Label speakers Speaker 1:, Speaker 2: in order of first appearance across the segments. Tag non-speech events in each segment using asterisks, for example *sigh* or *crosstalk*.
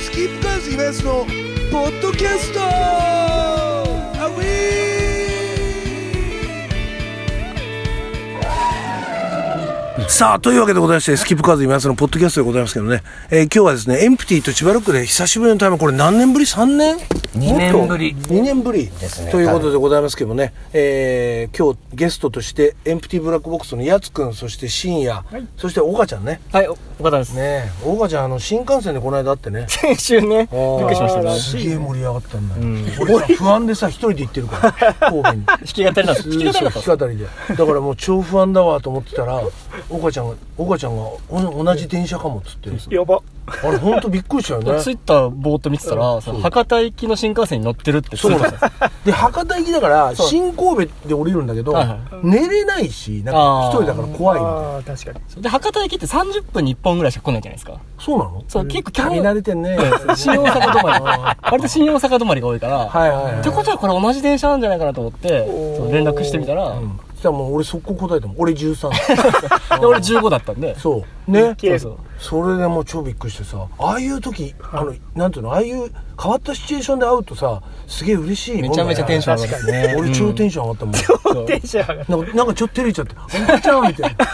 Speaker 1: スキップカーズイベントのポッドキャストアウィーさあというわけでございましてスキップカーズ今そのポッドキャストでございますけどね、えー、今日はですねエンプティと千葉ロックで久しぶりの対面これ何年ぶり3年
Speaker 2: 2年ぶり
Speaker 1: 2年ぶり
Speaker 2: ですね
Speaker 1: ということでございますけどもね、えー、今日ゲストとしてエンプティブラックボックスのやつくんそして深夜、そして岡ちゃんね
Speaker 2: はい、お岡田ですね。
Speaker 1: ねえ岡ちゃんあの新幹線でこの間会ってね
Speaker 2: 先週ね、びっくりしました
Speaker 1: あー
Speaker 2: ね。
Speaker 1: すげえ盛り上がったんだよ、俺さ不安でさ一人で行ってるから神
Speaker 2: *laughs*
Speaker 1: 戸に
Speaker 2: 弾き語りなんです。弾き語り
Speaker 1: 弾
Speaker 2: だったんで
Speaker 1: き
Speaker 2: す。
Speaker 1: 語りでだからもう超不安だわと思ってたら岡ちゃんが岡ちゃんがお同じ電車かもっつって
Speaker 2: やば。
Speaker 1: あれ本当びっくりしたよね
Speaker 2: ツイッターぼーっと見てたら、その博多行きの新幹線に乗ってるって
Speaker 1: そうなんですで博多行きだから
Speaker 2: そう
Speaker 1: 新神戸で降りるんだけど、
Speaker 2: はいは
Speaker 1: 寝れないしなんか一人だから怖いみたいな
Speaker 3: ああ確かに
Speaker 2: で、博多行きって30分に1本ぐらいしか来ないじゃないですか。
Speaker 1: そうなの
Speaker 2: そう、結構
Speaker 1: 旅慣れてんね
Speaker 2: *laughs* 新大阪止ま *laughs* り。割と新大阪止まりが多いから。
Speaker 1: はいはいはい
Speaker 2: ってことはこれ同じ電車なんじゃないかなと思って、そう連絡してみたら、
Speaker 1: うんそしたらもう俺速攻答えたもん俺13
Speaker 2: *laughs* で、俺15だったんで。
Speaker 1: そうね
Speaker 2: そうそう。
Speaker 1: それでもう超びっくりしてさああいう時あのなんていうのああいう変わったシチュエーションで会うとさすげえ嬉しいもん
Speaker 2: めちゃめちゃテンション上がりますね。
Speaker 1: 俺超テンション上がったも
Speaker 3: テンション上がる
Speaker 1: ん、
Speaker 2: *laughs*
Speaker 1: なんかなんかちょっと照れちゃって「おばちゃん」みたいな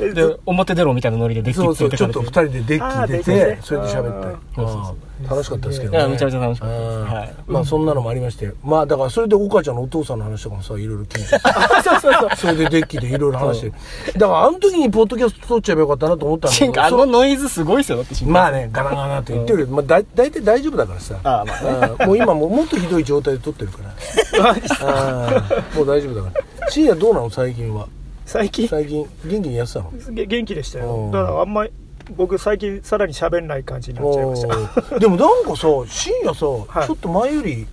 Speaker 2: うんで、表出ろみたいなノリでデッキ
Speaker 1: そうそ
Speaker 2: 連
Speaker 1: う
Speaker 2: れ
Speaker 1: ち
Speaker 2: てか
Speaker 1: ょっ
Speaker 2: れて
Speaker 1: と2人でデッキ出て、
Speaker 3: あーデッキね
Speaker 1: それで喋って
Speaker 2: そうそうそ
Speaker 1: うん楽しかったですけど
Speaker 2: いや、
Speaker 1: ね
Speaker 2: めちゃめちゃ楽しか
Speaker 1: う
Speaker 2: ったです。
Speaker 1: ん
Speaker 2: はい。
Speaker 1: まあそんなのもありましてまあだからそれで岡ちゃんのお父さんの話とかもさいろいろ
Speaker 2: *laughs*
Speaker 1: 聞いてさ
Speaker 3: そうそうそう
Speaker 1: それでデッキでいろいろ話してるだからあの時にポッドキャスト撮っちゃえばよかったなと思ったんだけ
Speaker 2: 新
Speaker 1: ど
Speaker 2: 幹あのノイズすごいですよ、だって新幹線
Speaker 1: まあね、ガラガラって言ってるけど、まあ、だ大体大丈夫だからさ。
Speaker 2: ああま
Speaker 1: うんもう今も、もっとひどい状態で撮ってる
Speaker 3: *laughs*
Speaker 1: から。ああもう大丈夫だから。深夜どうなの最近は。
Speaker 3: 最近
Speaker 1: 最近、元気にやってたの
Speaker 3: げ元気でした
Speaker 1: う
Speaker 3: よ
Speaker 1: ん
Speaker 3: だからあんまり僕最近さらに喋んない感じになっちゃいました
Speaker 1: おーでもなんかさ、深夜さ、
Speaker 3: い
Speaker 1: ちょっと前より、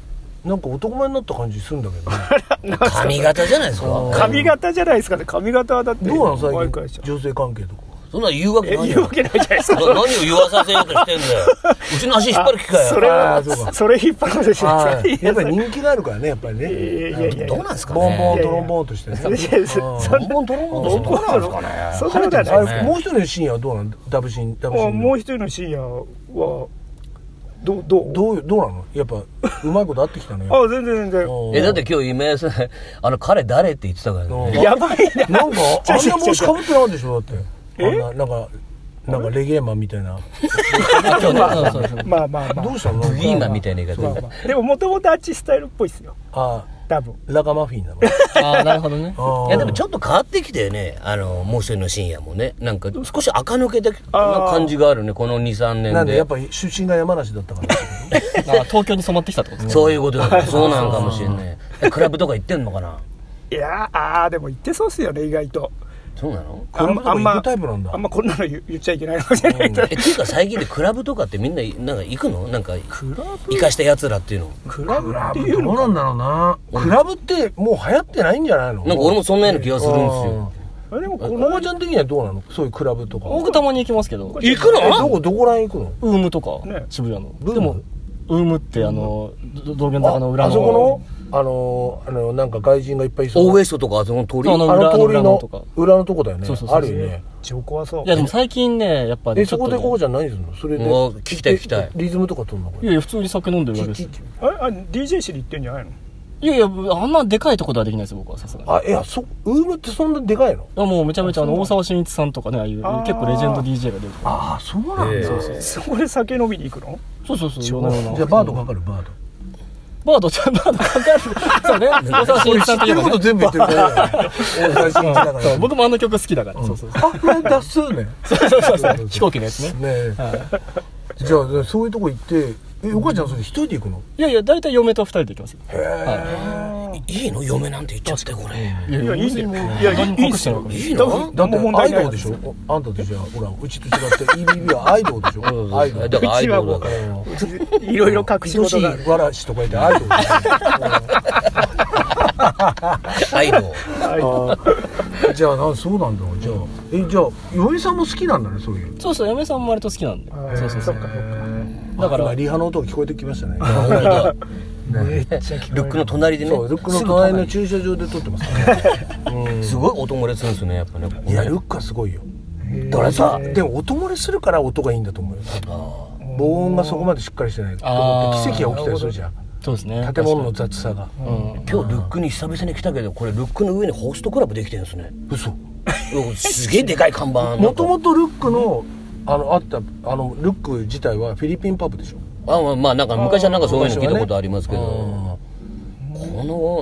Speaker 1: なんか男前になった感じするんだけ
Speaker 3: *laughs*
Speaker 1: どね。
Speaker 4: 髪型じゃないですか
Speaker 1: うん
Speaker 3: 髪型じゃないですかね髪型はだって
Speaker 1: どうなの
Speaker 3: 怖
Speaker 1: 最
Speaker 3: いからでし
Speaker 1: 近、
Speaker 3: ょ
Speaker 1: 女性関係と
Speaker 3: *laughs*
Speaker 1: か。
Speaker 4: そんなん言うわけ
Speaker 3: え
Speaker 4: ない
Speaker 3: 言
Speaker 4: じゃ
Speaker 3: うんわけないじゃないです
Speaker 4: な
Speaker 3: か
Speaker 4: 何を言わさせようとしてんだ
Speaker 2: *laughs*
Speaker 4: ようちの足引っ張る気か
Speaker 3: そ
Speaker 4: よ
Speaker 3: れ
Speaker 1: あーそうか
Speaker 3: はそれ引っ張られて
Speaker 1: は
Speaker 3: ないい
Speaker 1: やっぱり人気があるからね、やっぱり
Speaker 3: いやいやい
Speaker 1: ね。
Speaker 3: やいや
Speaker 4: どうなんですか
Speaker 1: ボンボン
Speaker 4: ね
Speaker 1: トロンボーンとしてね。
Speaker 3: いやいやそそ
Speaker 4: ボンボン取ろうとしてどうなんですかね
Speaker 3: そんなことはない
Speaker 1: あ
Speaker 3: です
Speaker 1: れもう一人の深夜はどうなのダブシン、ダブシ
Speaker 3: もう
Speaker 1: ン。
Speaker 3: もう一人の深夜はどうどう
Speaker 1: どうどうなのやっぱうまいことあってきたのよ
Speaker 3: あ全然全然
Speaker 4: えだって今日今井さん *laughs* あの彼誰って言ってたからね
Speaker 1: うん
Speaker 3: やばいな
Speaker 1: なんか
Speaker 3: ちょ
Speaker 1: あん
Speaker 3: ちょ
Speaker 1: な帽子かぶってなかったでしょだってあんななんかなんかレゲエマンみたいな
Speaker 4: あ今日ねそうそうそう
Speaker 3: まあまあま
Speaker 1: どうしたのなん
Speaker 4: ブギー
Speaker 1: か
Speaker 4: マンみたいな言い方
Speaker 3: あでももともとあっちスタイルっぽいっすよ
Speaker 1: あ
Speaker 3: 多分
Speaker 1: ラガマフィンなの
Speaker 2: ああ、なるほどね。
Speaker 4: *laughs* いやでもち
Speaker 1: ょっ
Speaker 4: ょっと変わってきたよねあのもう一人の深夜もねなんか少し垢抜けた
Speaker 3: あー
Speaker 4: 感じがあるねこの23年で
Speaker 1: なんでやっぱり出身が山梨だったから
Speaker 2: あー東京に染まってきたってことですね。
Speaker 4: そういうこ
Speaker 1: *laughs*
Speaker 4: とだねそうなんかもしれないえクラブとか行ってんのかない
Speaker 3: やーあーでも言ってそうっすよね意外と
Speaker 4: そうなの
Speaker 1: クラブとか行くタイプなんだ
Speaker 3: あんまこんなの言言っちゃいけないのかもしれないけど
Speaker 4: えっていうか最近でクラブとかってみんななんか行くのなんか
Speaker 3: クラ
Speaker 4: 生かしたやつらっていうの
Speaker 3: ブクラブ
Speaker 1: ク
Speaker 3: っ
Speaker 1: ラ
Speaker 3: て
Speaker 1: ブ
Speaker 3: いう
Speaker 1: どうなんだろうなクラブってもう流行ってないんじゃないの
Speaker 4: なんか俺もそんなような気がするんですよ
Speaker 3: あでもこ
Speaker 1: お
Speaker 3: の
Speaker 1: ばちゃん的にはどうなのそういうクラブとか
Speaker 2: 僕たまに行きますけど、
Speaker 4: 行く
Speaker 1: え
Speaker 4: の
Speaker 1: どこどこらへん行くの
Speaker 2: ウームとか
Speaker 3: ね、
Speaker 2: 渋谷の。
Speaker 1: ブーム
Speaker 2: でも、ウームってあの、ど道玄坂の裏
Speaker 1: あ
Speaker 2: の。
Speaker 1: あそこのあのーあのなんか外人がいっぱいいそうな
Speaker 4: 大ウエストとかあそこの通り
Speaker 2: そうあの
Speaker 1: あの通り
Speaker 2: 裏の
Speaker 1: の
Speaker 2: とか
Speaker 1: 裏のとこだよね
Speaker 2: そうそう。そう
Speaker 1: あるよね。
Speaker 3: 超怖そう
Speaker 2: いや、でも最近ね、やっぱ
Speaker 1: え、
Speaker 2: ね、
Speaker 1: そこで
Speaker 2: ね
Speaker 1: こうじゃないですのそれで。
Speaker 4: うわ聞きたい聞きたい
Speaker 1: えリズムとか取るのこ
Speaker 2: い
Speaker 1: れ。
Speaker 2: やいや、普通に酒飲んでるわけで
Speaker 1: ち
Speaker 2: すよ。
Speaker 1: ち
Speaker 3: あれあ DJ しに行ってんじゃないの
Speaker 2: いやいや、あんなでかいとこではできないですよ、僕はさすがに。
Speaker 1: あ、いや、そ、ウームってそんなでかいの
Speaker 2: いやもうめちゃめちゃあの、大沢慎一さんとかね、ああいう
Speaker 3: あー
Speaker 2: 結構レジェンド DJ が出るから。
Speaker 1: ああ、そうなん
Speaker 4: ええ
Speaker 3: そこで酒飲みに行くの
Speaker 2: そうそうそう、いろんなような
Speaker 1: じゃあ、バードかかる、バード。
Speaker 2: バード、バードかか *laughs* る。そうね、大沢慎一さんといえばね。
Speaker 1: 全部言ってるから。 *laughs* 大沢慎一だから。
Speaker 2: そう僕もあの曲好きだから。そうそう
Speaker 1: あ、これ出すね。
Speaker 2: そうそうそう。飛行機のやつね。
Speaker 1: ねえ。じゃあ、そういうとこ行って、え、お母ちゃんそれ一人で行くの
Speaker 2: いやいや、大体嫁と二人で行きますよ。
Speaker 4: いいの嫁なんて言っちゃってこれ
Speaker 2: いや
Speaker 3: いやいいんだよいやい
Speaker 2: 何
Speaker 3: い
Speaker 2: も
Speaker 3: いい
Speaker 2: 隠
Speaker 3: っ
Speaker 2: して
Speaker 3: す
Speaker 2: ない
Speaker 3: よ
Speaker 2: から。
Speaker 4: いいの
Speaker 1: だって
Speaker 3: 問
Speaker 1: ア
Speaker 3: 題
Speaker 1: イ
Speaker 3: ない
Speaker 1: ドルでしょあんたとじゃあ、ほら、うちと違って EBB はアイドルでしょアイドル。
Speaker 4: だからアイドルだから
Speaker 3: いろいろ隠し
Speaker 1: 愛し
Speaker 3: 事
Speaker 1: い
Speaker 3: が
Speaker 1: *laughs*
Speaker 3: ある
Speaker 1: わらしとか言ってアイドルでしょ
Speaker 4: アイドル
Speaker 1: *laughs* じゃあなそうなんだじゃあえじゃあ嫁さんも好きなんだねそういう
Speaker 2: そうそう、嫁さんも割と好きなんで。
Speaker 3: あー
Speaker 2: そうそうそ
Speaker 3: っ
Speaker 2: う。
Speaker 3: かそっか
Speaker 2: だから
Speaker 1: 今リハの音が聞こえてきましたね *laughs*
Speaker 4: あ本当だ
Speaker 3: めっちゃ聞
Speaker 4: ルックの隣でね
Speaker 1: そうルックの隣の駐車場で撮ってますからね
Speaker 4: すごい音漏れするんですねやっぱね
Speaker 1: いやルックはすごいよ
Speaker 3: え
Speaker 1: だからさでも音漏れするから音がいいんだと思うよ防音がそこまでしっかりしてないと思って奇跡が起きたりするじゃ
Speaker 2: そうですね
Speaker 1: ん建物の雑さが
Speaker 2: うん
Speaker 4: 今日ルックに久々に来たけどこれルックの上にホストクラブできてるんですね
Speaker 1: 嘘
Speaker 4: うんすげえでかい看板
Speaker 1: もともとルックのあのあったあのルック自体はフィリピンパブでしょ
Speaker 4: あまあまあなんか昔はなんかそういうの聞い
Speaker 1: 昔は
Speaker 4: た
Speaker 1: ね
Speaker 4: ことありますけど、こ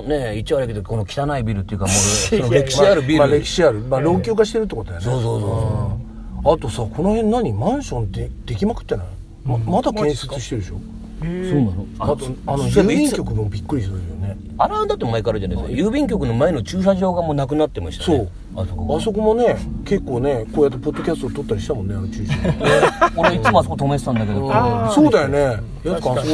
Speaker 4: のね一応あれやけどこの汚いビルっていうかもう
Speaker 1: *laughs*
Speaker 4: その歴史あるビル、
Speaker 1: まあ、歴史ある、まあ、老朽化してるってことだよね
Speaker 4: そうそうそう
Speaker 1: あとさこの辺何マンションでできまくってないままだ建設してるでしょ
Speaker 4: そうなの
Speaker 1: あとあの
Speaker 4: そ
Speaker 1: 郵
Speaker 4: ういえばい
Speaker 1: 便
Speaker 4: つ
Speaker 1: 局もびっくりするよね
Speaker 4: あらだって前からじゃないですか郵便局の前の駐車場がもうなくなってましたね
Speaker 1: そう
Speaker 4: あそこ
Speaker 1: あそこもね結構ねこうやってポッドキャストを撮ったりしたもんねあの
Speaker 2: *laughs*
Speaker 1: 駐車場
Speaker 4: 俺いつもあそこ止めてたんだけど、
Speaker 1: うんそうだよねやつかあそこが多かっ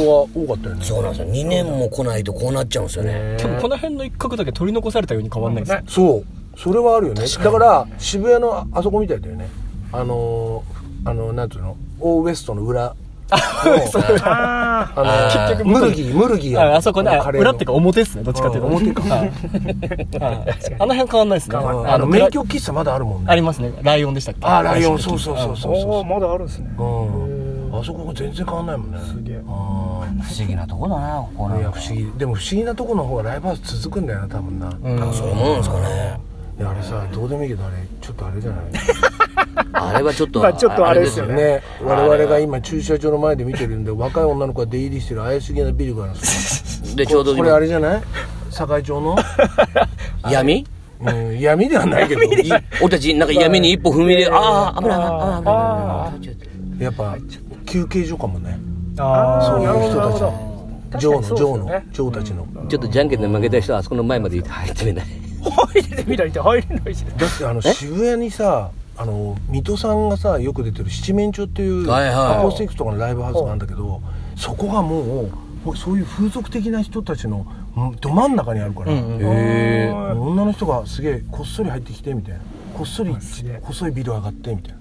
Speaker 1: たよね
Speaker 4: そうなんですよ2年も来ないとこうなっちゃうんですよね
Speaker 2: 多分この辺の一角だけ取り残されたように変わんないですね
Speaker 1: そうそれはあるよねだから渋谷のああそこみたいだよねあのーあのなんていうのオーウエストの裏
Speaker 3: あ
Speaker 1: あの
Speaker 2: 結局
Speaker 1: ムルギームルギー
Speaker 2: ああそこね
Speaker 1: のカレーの
Speaker 2: 裏っていうか表ですねどっちかっていうと
Speaker 1: うん表
Speaker 2: か
Speaker 1: *laughs*
Speaker 2: あの辺変わんないですね
Speaker 1: あのあの
Speaker 2: ブラ
Speaker 1: 免許喫茶まだあるもんね
Speaker 2: ありますねライオンでしたっけ
Speaker 1: あライオンそうそうそう
Speaker 3: あ
Speaker 1: そう
Speaker 3: お
Speaker 1: そ
Speaker 3: ーまだあるんですね
Speaker 1: う、うん、あそこが全然変わんないもんね
Speaker 3: すげえ
Speaker 1: あ
Speaker 4: 不思議なとこだなここ
Speaker 1: ー
Speaker 4: ないん
Speaker 1: や
Speaker 4: か
Speaker 1: 不思議でも不思議なとこの方がライブハウス続くんだよな多分な、
Speaker 2: うん
Speaker 4: なんかそういうもんなんですかね
Speaker 1: いやあれさどうでもいいけどあれちょっとあれじゃない
Speaker 4: あれはちょっと
Speaker 3: まあちょっとあれですよね
Speaker 1: ね我々が今駐車場の前で見てるんで若い女の子が出入りしてる怪しげなビルがあるんですよ
Speaker 4: でちょうど
Speaker 1: これあ
Speaker 4: 今
Speaker 1: れじゃない堺町の、
Speaker 4: 闇
Speaker 1: うん、闇ではないけどい
Speaker 4: 俺たちなんか闇に一歩踏み入れああ危ない危ない危ない危ない
Speaker 1: やっぱ休憩所かもね
Speaker 2: あ
Speaker 1: そうい
Speaker 3: なる
Speaker 1: う
Speaker 3: ほど
Speaker 1: 人たちの
Speaker 3: なる
Speaker 1: ジョーのジョーのジョーたちの、
Speaker 4: ちょっとじゃんけんで負けた人はあそこの前まで入ってみない
Speaker 3: 入れてみたいって入れないし
Speaker 1: だってあの渋谷にさあの水戸さんがさよく出てる七面鳥っていう
Speaker 4: はいはい
Speaker 1: アコースティックとかのライブハウスがあるんだけどそこがもうもうそういう風俗的な人たちのうんど真ん中にあるから、
Speaker 2: うんうん
Speaker 4: へえ
Speaker 1: 女の人がすげえこっそり入ってきてみたいなこっそり
Speaker 3: すげえ
Speaker 1: 細いビル上がってみたいな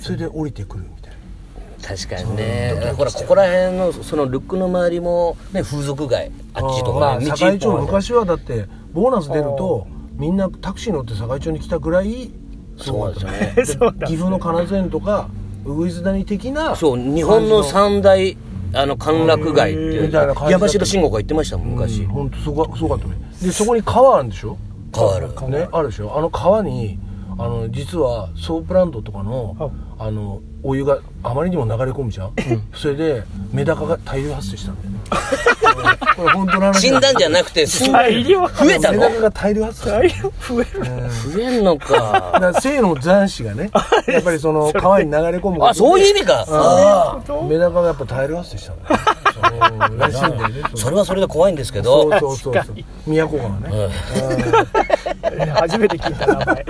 Speaker 1: それで降りてくるみたいな
Speaker 4: 確かにねほらここら辺のそのルックの周りもね風俗街あっちと
Speaker 1: ま
Speaker 4: か
Speaker 1: あ
Speaker 4: ね道
Speaker 1: 堺
Speaker 4: 一
Speaker 1: 町
Speaker 4: 本
Speaker 1: 昔はだってボーナス出るとみんなタクシー乗って堺町に来たぐらい
Speaker 4: *laughs* そうですよね
Speaker 1: で
Speaker 3: そうだ
Speaker 1: 岐阜の金沢とか鶯谷的な
Speaker 4: そう日本の三大あの歓楽街ってい
Speaker 1: みたいな
Speaker 4: う
Speaker 1: 感じだ
Speaker 4: 山城慎吾が言ってましたもん昔、
Speaker 1: うん、本当すごすごかったねでそこに川あるんでしょ
Speaker 4: 変わる
Speaker 1: ねあるでしょあの川にあの実はソープランドとかのあのお湯があまりにも流れ込むじゃん、それでメダカが大量発生したんだ
Speaker 4: *laughs*
Speaker 1: よねこれ本当の話
Speaker 4: 死んだんじゃなくてすん増
Speaker 3: 大量 *laughs*
Speaker 4: えた
Speaker 1: メ
Speaker 4: の
Speaker 1: ダカが大量発生した
Speaker 3: 大量増える
Speaker 4: 増えんの
Speaker 1: だ
Speaker 4: か
Speaker 1: から性の残滓が *laughs* ねやっぱりその川に流れ込む
Speaker 4: あそういう意味かあ
Speaker 1: うメダカがやっぱ大量発生したんだよそうらしいんだ *laughs* よね
Speaker 4: あそれはそれで怖いんですけ
Speaker 1: そ
Speaker 4: ど
Speaker 1: うそうそうそう宮古川ね、
Speaker 3: 初めて聞いた名
Speaker 1: *laughs*
Speaker 3: 前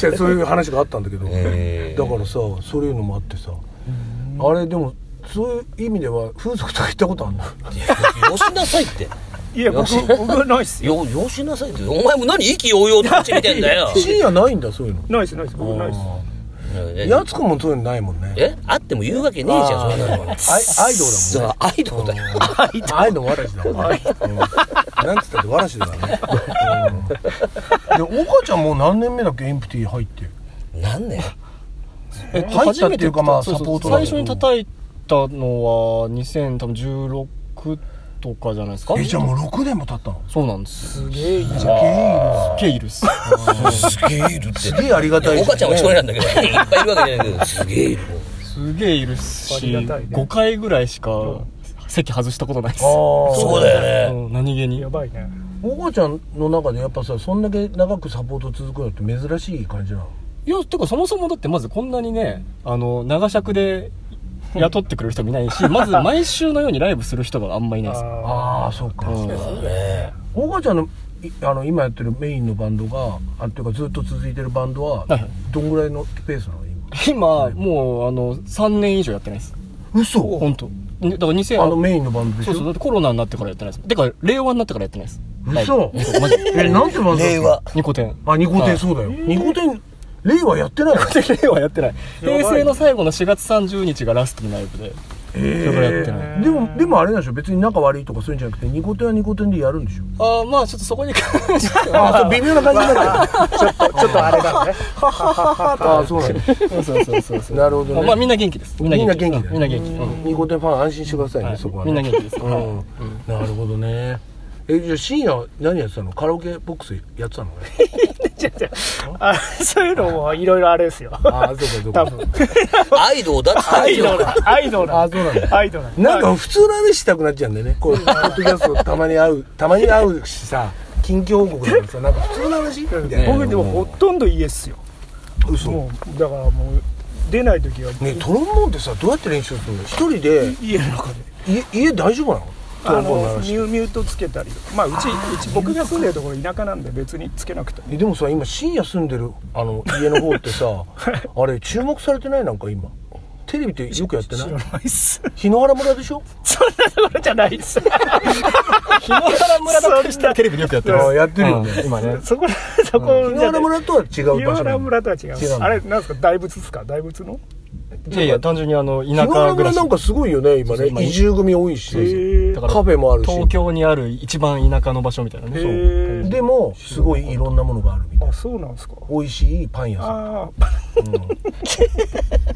Speaker 1: じゃあそういう話があったんだけど、
Speaker 4: えー
Speaker 1: だからさそういうのもあってさあれでもそういう意味では風俗とか行ったことあるの
Speaker 4: よしなさいって
Speaker 3: いや僕僕はないっすよ
Speaker 4: よよしなさいってお前も何意気揚々とこっち見てんだよ
Speaker 1: 深夜ないんだそういうの
Speaker 3: ないっすないっす僕ないっす
Speaker 4: え
Speaker 1: やつこもそういうのないもんね
Speaker 4: えあっても言うわけねえじゃんそんな
Speaker 1: アイ
Speaker 4: の
Speaker 1: アイドルだもん
Speaker 4: そうアイドルだよ
Speaker 1: *laughs* ああいうのわらしだもんね。うんなんつったってわらしだからね。うんで、岡ちゃんもう何年目だっけエンプティ入って。
Speaker 4: 何年
Speaker 2: えっと
Speaker 1: 入ったっていうかまあ
Speaker 2: 初めて
Speaker 1: サポートだ
Speaker 2: 最
Speaker 1: けど
Speaker 2: 初に叩いたのは2016とかじゃないですか
Speaker 1: え、じゃあもう6年も経ったの
Speaker 2: そうなんです
Speaker 3: すげえ
Speaker 1: すげえ
Speaker 2: ケイルス
Speaker 4: すげえいるっ
Speaker 1: いる。すげえありがたいですね
Speaker 4: 岡ちゃんは一人なんだけどいっぱいいるわけじゃないけどすげえいる
Speaker 2: すげえいるし、
Speaker 3: ありがたいね
Speaker 2: 5回ぐらいしか席外したことないです
Speaker 1: あー
Speaker 4: そうだよね
Speaker 2: うん何気に
Speaker 3: やばいね
Speaker 1: 岡ちゃんの中でやっぱさそんだけ長くサポート続くのって珍しい感じなの
Speaker 2: いやてかそもそもだってまずこんなにねあの長尺で雇ってくれる人もいないしまず毎週のようにライブする人があんまいないです
Speaker 3: あ
Speaker 1: ああそうか
Speaker 2: うん
Speaker 4: ね
Speaker 1: 岡ちゃんのいあの今やってるメインのバンドがあっていうかずっと続いてるバンドは
Speaker 2: はい
Speaker 1: どんぐらいのペースなの今
Speaker 2: 今もうあの3年以上やってないです
Speaker 1: 嘘
Speaker 2: 本当だから2000
Speaker 1: あのメインのバンドでし
Speaker 2: そうそうだ
Speaker 1: ょ
Speaker 2: ってコロナになってからやってないですてか令和になってからやってないですライブ
Speaker 1: 嘘
Speaker 2: そうマジで
Speaker 1: えなんてバンドだっけ
Speaker 4: 令和
Speaker 2: ニコテン
Speaker 1: あ、ニコ
Speaker 2: は
Speaker 1: テン
Speaker 2: い *laughs*
Speaker 1: そうだよ。ニコテン、令和やってないの
Speaker 2: で令和やってない平成の最後の4月30日がラストのライブでだからやってない、
Speaker 1: でもでもあれなんでしょ別に仲悪いとかそういうんじゃなくてニコテンはニコテンでやるんでしょ
Speaker 2: ああまあちょっとそこに関しては
Speaker 1: あそう微妙な感じになってる
Speaker 3: *laughs* ちょっとちょっとあれだね
Speaker 1: ああそうなんだ
Speaker 2: そうそうそうそうそう
Speaker 1: なるほどね
Speaker 2: まあみんな元気ですみんな元気
Speaker 1: みんな元気だよ
Speaker 2: みんな元気、うん
Speaker 1: ニコテンファン安心してくださいね、
Speaker 2: はい
Speaker 1: そこは
Speaker 2: み
Speaker 1: ね
Speaker 2: んな元気です、
Speaker 1: うんなるほどねえじゃあ深夜何やってたのカラオケボックスやってたのね
Speaker 3: *laughs* 違う違うあそういうのもいろいろあれですよ
Speaker 1: *laughs* ああそうかそう
Speaker 3: 多
Speaker 1: か
Speaker 3: 分
Speaker 4: アイドルだって
Speaker 3: アイドルアイドル
Speaker 1: ああそうなんだ
Speaker 3: アイドル
Speaker 1: なんか普通の話したくなっちゃうんだよねこうポッドキャストたまに会うたまに会うしさ近況報告だからさなんか普通の話みたいな
Speaker 4: ね
Speaker 3: 僕でもほとんど家っすよ
Speaker 1: 嘘
Speaker 3: もうだからもう出ない時は
Speaker 1: ねトロンボーンってさどうやって練習するの一人で
Speaker 3: 家の中で
Speaker 1: 家家大丈夫なのトロ
Speaker 3: あ
Speaker 1: ンボーンの
Speaker 3: のミ
Speaker 1: 話
Speaker 3: ュミュートつけたりとかまあうちうち僕が住んでるところ田舎なんで別につけなくても
Speaker 1: *laughs* えでもさ今深夜住んでるあの家の方って
Speaker 3: *laughs*
Speaker 1: さあれ注目されてないなんか今テレビってよくやってない
Speaker 3: ないっす
Speaker 1: 日野原村でしょ
Speaker 3: そんなところじゃないっす
Speaker 2: 日野原村だったりしたらテレビでよくやってます
Speaker 1: あやってるよね
Speaker 2: うん今ね
Speaker 3: そこそ
Speaker 1: 日
Speaker 3: こ
Speaker 1: 野
Speaker 3: じゃ
Speaker 1: 原
Speaker 3: ない
Speaker 1: 村とは違う
Speaker 3: 岩
Speaker 1: 場所な
Speaker 3: 原
Speaker 1: の
Speaker 3: 村とは違う
Speaker 1: 違うの
Speaker 3: あれなんですか大仏っすか大仏の
Speaker 2: いやいや単純にあの田
Speaker 1: 日野
Speaker 2: 舎
Speaker 1: 原
Speaker 2: 暮ら
Speaker 1: 村
Speaker 2: し
Speaker 1: なんかすごいよね今
Speaker 2: そうそう今
Speaker 1: ね移住組多い
Speaker 3: へ
Speaker 1: し
Speaker 3: ー
Speaker 2: だから
Speaker 1: カフェもあるし
Speaker 2: 東京にある一番田舎の場所みたいなね
Speaker 3: へ
Speaker 2: そう
Speaker 3: ー
Speaker 1: でもすごいいろんなものがあるみたい
Speaker 3: あそうなんですか
Speaker 1: 美味しいパン屋さん
Speaker 3: あ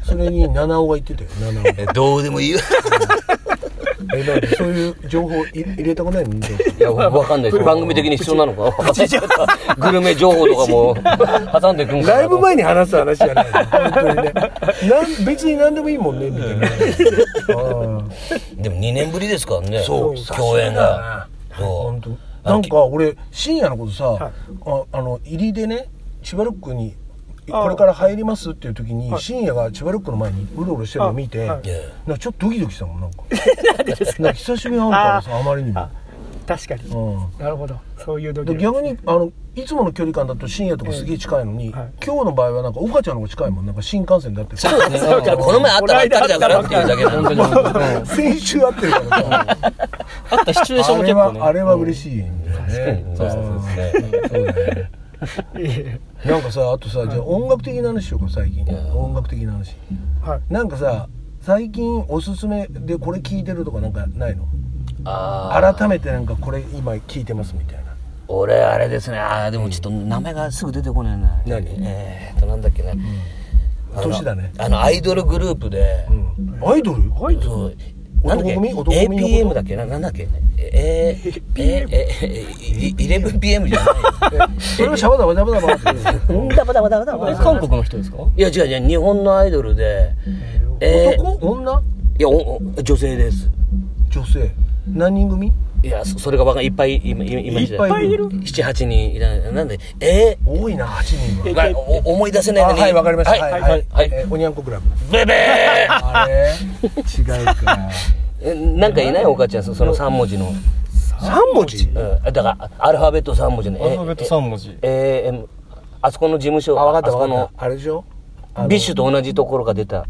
Speaker 1: それに七尾が行ってたよ七尾
Speaker 4: えどうでもいいよ
Speaker 1: えなんでそういう情報い入れたくないの情報
Speaker 4: いやわかんないです番組的に必要なのかグルメ情報とかも挟んでくんかな
Speaker 1: ライブ前に話す話じゃないの本当にねなん別に何でもいいもんねみたいなあ
Speaker 4: でも2年ぶりですからね
Speaker 1: あそう
Speaker 4: 共演がそ
Speaker 1: 本
Speaker 4: う
Speaker 1: 当なんか俺深夜のことさ、ああの入りでね千葉ロックにこれから入りますっていう時に、深夜が千葉ロックの前にうろうろしてるのを見て、
Speaker 3: はい
Speaker 4: いや
Speaker 1: なんかちょっとドキドキしたもんなんかなんか久しぶりに会うからさあまりにも、
Speaker 3: あ *laughs* 確かに
Speaker 1: うん、
Speaker 3: なるほどそういう時
Speaker 1: で逆にあのいつもの距離感だと深夜とかすげえ近いのに、
Speaker 3: はい
Speaker 1: 今日の場合はなんか岡ちゃんの方が近いもんなんか新幹線で会ってる
Speaker 4: そうですねうんこの前会ったばっかりだからっていうだけで本当に
Speaker 1: *laughs* 先週会ってるからさ
Speaker 2: あったシチュエーション
Speaker 1: あ
Speaker 2: も
Speaker 1: れ
Speaker 2: 結構ね
Speaker 1: はあれは嬉しいんだよね、
Speaker 4: そうそうそうですね
Speaker 1: そうだね
Speaker 3: え
Speaker 1: なんかさあとさじゃあ音楽的な話しようか最近音楽的な話
Speaker 3: えはい
Speaker 1: なんかさ最近おすすめでこれ聞いてるとかなんかないの
Speaker 4: あー
Speaker 1: 改めてなんかこれ今聞いてますみたいな
Speaker 4: 俺あれですねあーでもちょっと名前がすぐ出てこないな
Speaker 1: 何
Speaker 4: えーっとなんだっけねあの
Speaker 1: 年だね
Speaker 4: あのアイドルグループで
Speaker 1: アイドルアイ
Speaker 4: そう
Speaker 1: 男
Speaker 4: なんだっ
Speaker 1: 組男組
Speaker 4: け
Speaker 1: のこと
Speaker 4: APM だっけななんだっけえー、えー、えー、えー、11PM じゃない
Speaker 1: それはシャバダバダバダバって言うの
Speaker 4: うんだばだばだばだば
Speaker 2: え韓国の人ですか
Speaker 4: いや違う違う日本のアイドルでえー、
Speaker 1: 男女
Speaker 4: いやおお女性です
Speaker 1: 女性何人組
Speaker 4: いやそそれがわかんいっぱい今今今
Speaker 1: いっぱいいる
Speaker 4: 78人いらないなんでえ
Speaker 1: 多いな8人
Speaker 4: ー、
Speaker 1: は
Speaker 4: まあ、お思い出せない
Speaker 1: あ
Speaker 4: のに
Speaker 1: はいわかりました
Speaker 4: はい
Speaker 1: は
Speaker 4: はい
Speaker 1: いはい
Speaker 4: はい、
Speaker 1: えーおにゃんこクラブ
Speaker 4: ベベー
Speaker 1: あれ違うか
Speaker 4: えなんかいないお母ちゃんそその3文字の、
Speaker 1: 3文字
Speaker 4: うん、だからアルファベット3文字の
Speaker 2: アルファベット3文字
Speaker 4: AM あそこの事務所
Speaker 1: あ分かっ
Speaker 4: *laughs* あ
Speaker 1: た
Speaker 4: そこ
Speaker 1: 分かっ
Speaker 4: の
Speaker 1: たあれでしょあの
Speaker 4: ビッシュと同じところが出た
Speaker 3: で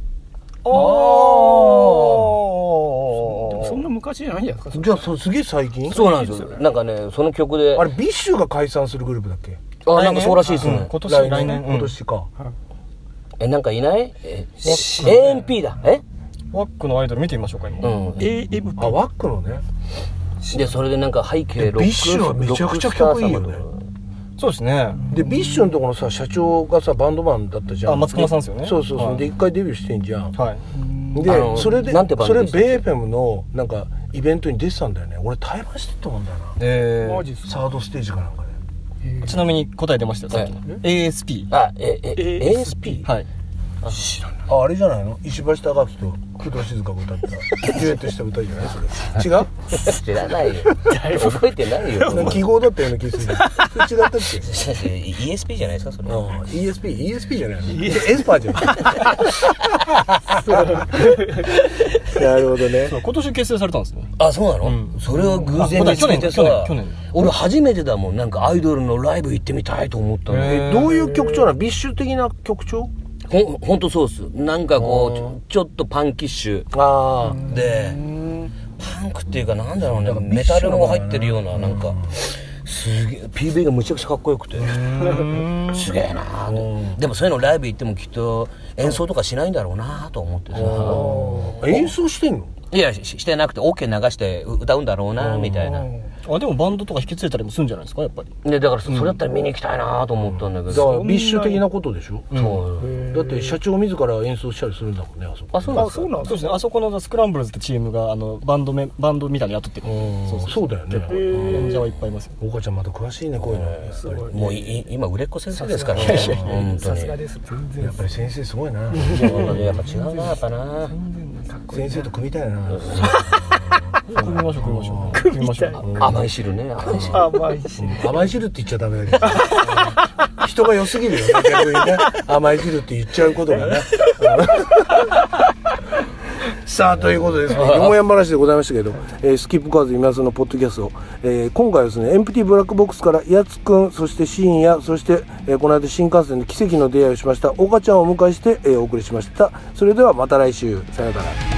Speaker 3: もそんな昔じゃないんじゃないですか
Speaker 1: じゃあそすげえ最近
Speaker 4: そうなんですよなんかねその曲で
Speaker 1: あ
Speaker 4: あ
Speaker 1: れビッシュが解散するグループだっけ
Speaker 4: なんかそうらしいですね、
Speaker 2: うん今年来
Speaker 1: 年
Speaker 2: 年
Speaker 1: 今年か、
Speaker 4: えなんかいないえ、ね、AMP だえ
Speaker 2: ワックのアイドル見てみましょうか今
Speaker 4: うんで
Speaker 3: AMP
Speaker 1: あワックのね
Speaker 4: それでなんか背景ロック
Speaker 1: ビッシュはめちゃくちゃ曲いいよね
Speaker 4: ロックスター様とか
Speaker 2: そうですね
Speaker 1: でビッシュのところのさ社長がさバンドマンだったじゃん
Speaker 2: あ松隈さんですよね
Speaker 1: そうそうそう、
Speaker 2: はい
Speaker 1: で一回デビューしてんじゃん、
Speaker 2: はい
Speaker 4: あ
Speaker 1: で
Speaker 4: の
Speaker 1: それで
Speaker 4: なんてバン
Speaker 1: そ
Speaker 4: ド
Speaker 1: れ
Speaker 4: でしたっけ
Speaker 1: ベーフェムのなんかイベントに出てたんだよね俺対話してたもんだよな
Speaker 2: えー
Speaker 3: マジっすか
Speaker 1: サードステージかなんかで
Speaker 2: ちなみに答え出ましたよさっきの ASP
Speaker 4: あええ ASP
Speaker 2: はい
Speaker 1: ああれじゃないの石橋貴明と工藤静香が歌ったデュエットした歌じゃないそれ違う
Speaker 4: 知らないよ覚えてない
Speaker 1: *laughs*
Speaker 4: よ
Speaker 1: なんか記号だったような気がするそれ違ったっけ
Speaker 4: ESP じゃないですかそれ
Speaker 1: ああ ESP ESP じゃないのエスパーじゃない *laughs* なるほどね
Speaker 2: そう今年結成されたんですね
Speaker 4: あそうなの、
Speaker 2: うん
Speaker 4: それは偶然
Speaker 2: あ
Speaker 4: 見つけてさ
Speaker 2: 去年去年去年
Speaker 4: 俺初めてだもんなんかアイドルのライブ行ってみたいと思ったの、
Speaker 2: へ
Speaker 1: えどういう曲調なのビッシュ的な曲調
Speaker 4: ほんほんとそうっすなんかこうちょちょっとパンキッシ
Speaker 1: あ
Speaker 4: ュでパンクっていうかなんだろうね
Speaker 1: なんかビッ
Speaker 4: メ
Speaker 1: シュな
Speaker 4: タル
Speaker 1: の
Speaker 4: も
Speaker 1: かな
Speaker 4: 入ってるようななんかすげえ PV がむちゃくちゃかっこよくてすげえなーってでもそういうのライブ行ってもきっと演奏とかしないんだろうなーと思ってさ
Speaker 1: あ演奏してんの
Speaker 4: いやししてなくて OK 流して歌うんだろうなみたいな
Speaker 2: あでもバンドとか引き継いだりもするんじゃないですかやっぱり
Speaker 4: でだからそそれだったら見に行きたいなと思ったんだけ
Speaker 1: だから
Speaker 4: ど、
Speaker 1: ビッシュ的なことでしょ、
Speaker 4: そう
Speaker 1: だって社長自ら演奏したりするんだもんねあそこ
Speaker 4: あそうなん
Speaker 3: あ
Speaker 4: ですか
Speaker 3: そうな
Speaker 2: そ
Speaker 3: ん
Speaker 2: うで
Speaker 3: で
Speaker 2: すす
Speaker 3: ね
Speaker 2: ねあそこのスクランブルズってチームがあのバンドめバンドみたいに雇ってくる
Speaker 1: うん
Speaker 2: そうそう
Speaker 1: そうだよね
Speaker 2: 演者はいっぱいいますよ
Speaker 1: 岡ちゃんまた詳しいねこういうのやっぱ
Speaker 4: もういい今売れっ子先生ですから
Speaker 3: さ
Speaker 4: ね
Speaker 3: すが
Speaker 4: 本当
Speaker 3: さ
Speaker 4: に
Speaker 3: すがです全
Speaker 1: りやっぱり先生すごいな
Speaker 4: やっぱ違うなやっぱな
Speaker 1: 先生と組みたいな
Speaker 2: 組みましょう組みましょう組みましょう
Speaker 4: 甘い汁ね甘い汁
Speaker 3: あまあいいし
Speaker 1: 甘い汁って言っちゃダメだけど *laughs* 人が良すぎるよね逆にね甘い汁って言っちゃうことがね *laughs* さあということでですねよもやん話でございましたけど、えースキップカーズ今井さんのポッドキャスト、えー今回はですねエンプティブラックボックスからやつくんそしてシーンやそして、えーこの間新幹線で奇跡の出会いをしました岡ちゃんをお迎えして、えーお送りしましたそれではまた来週さようなら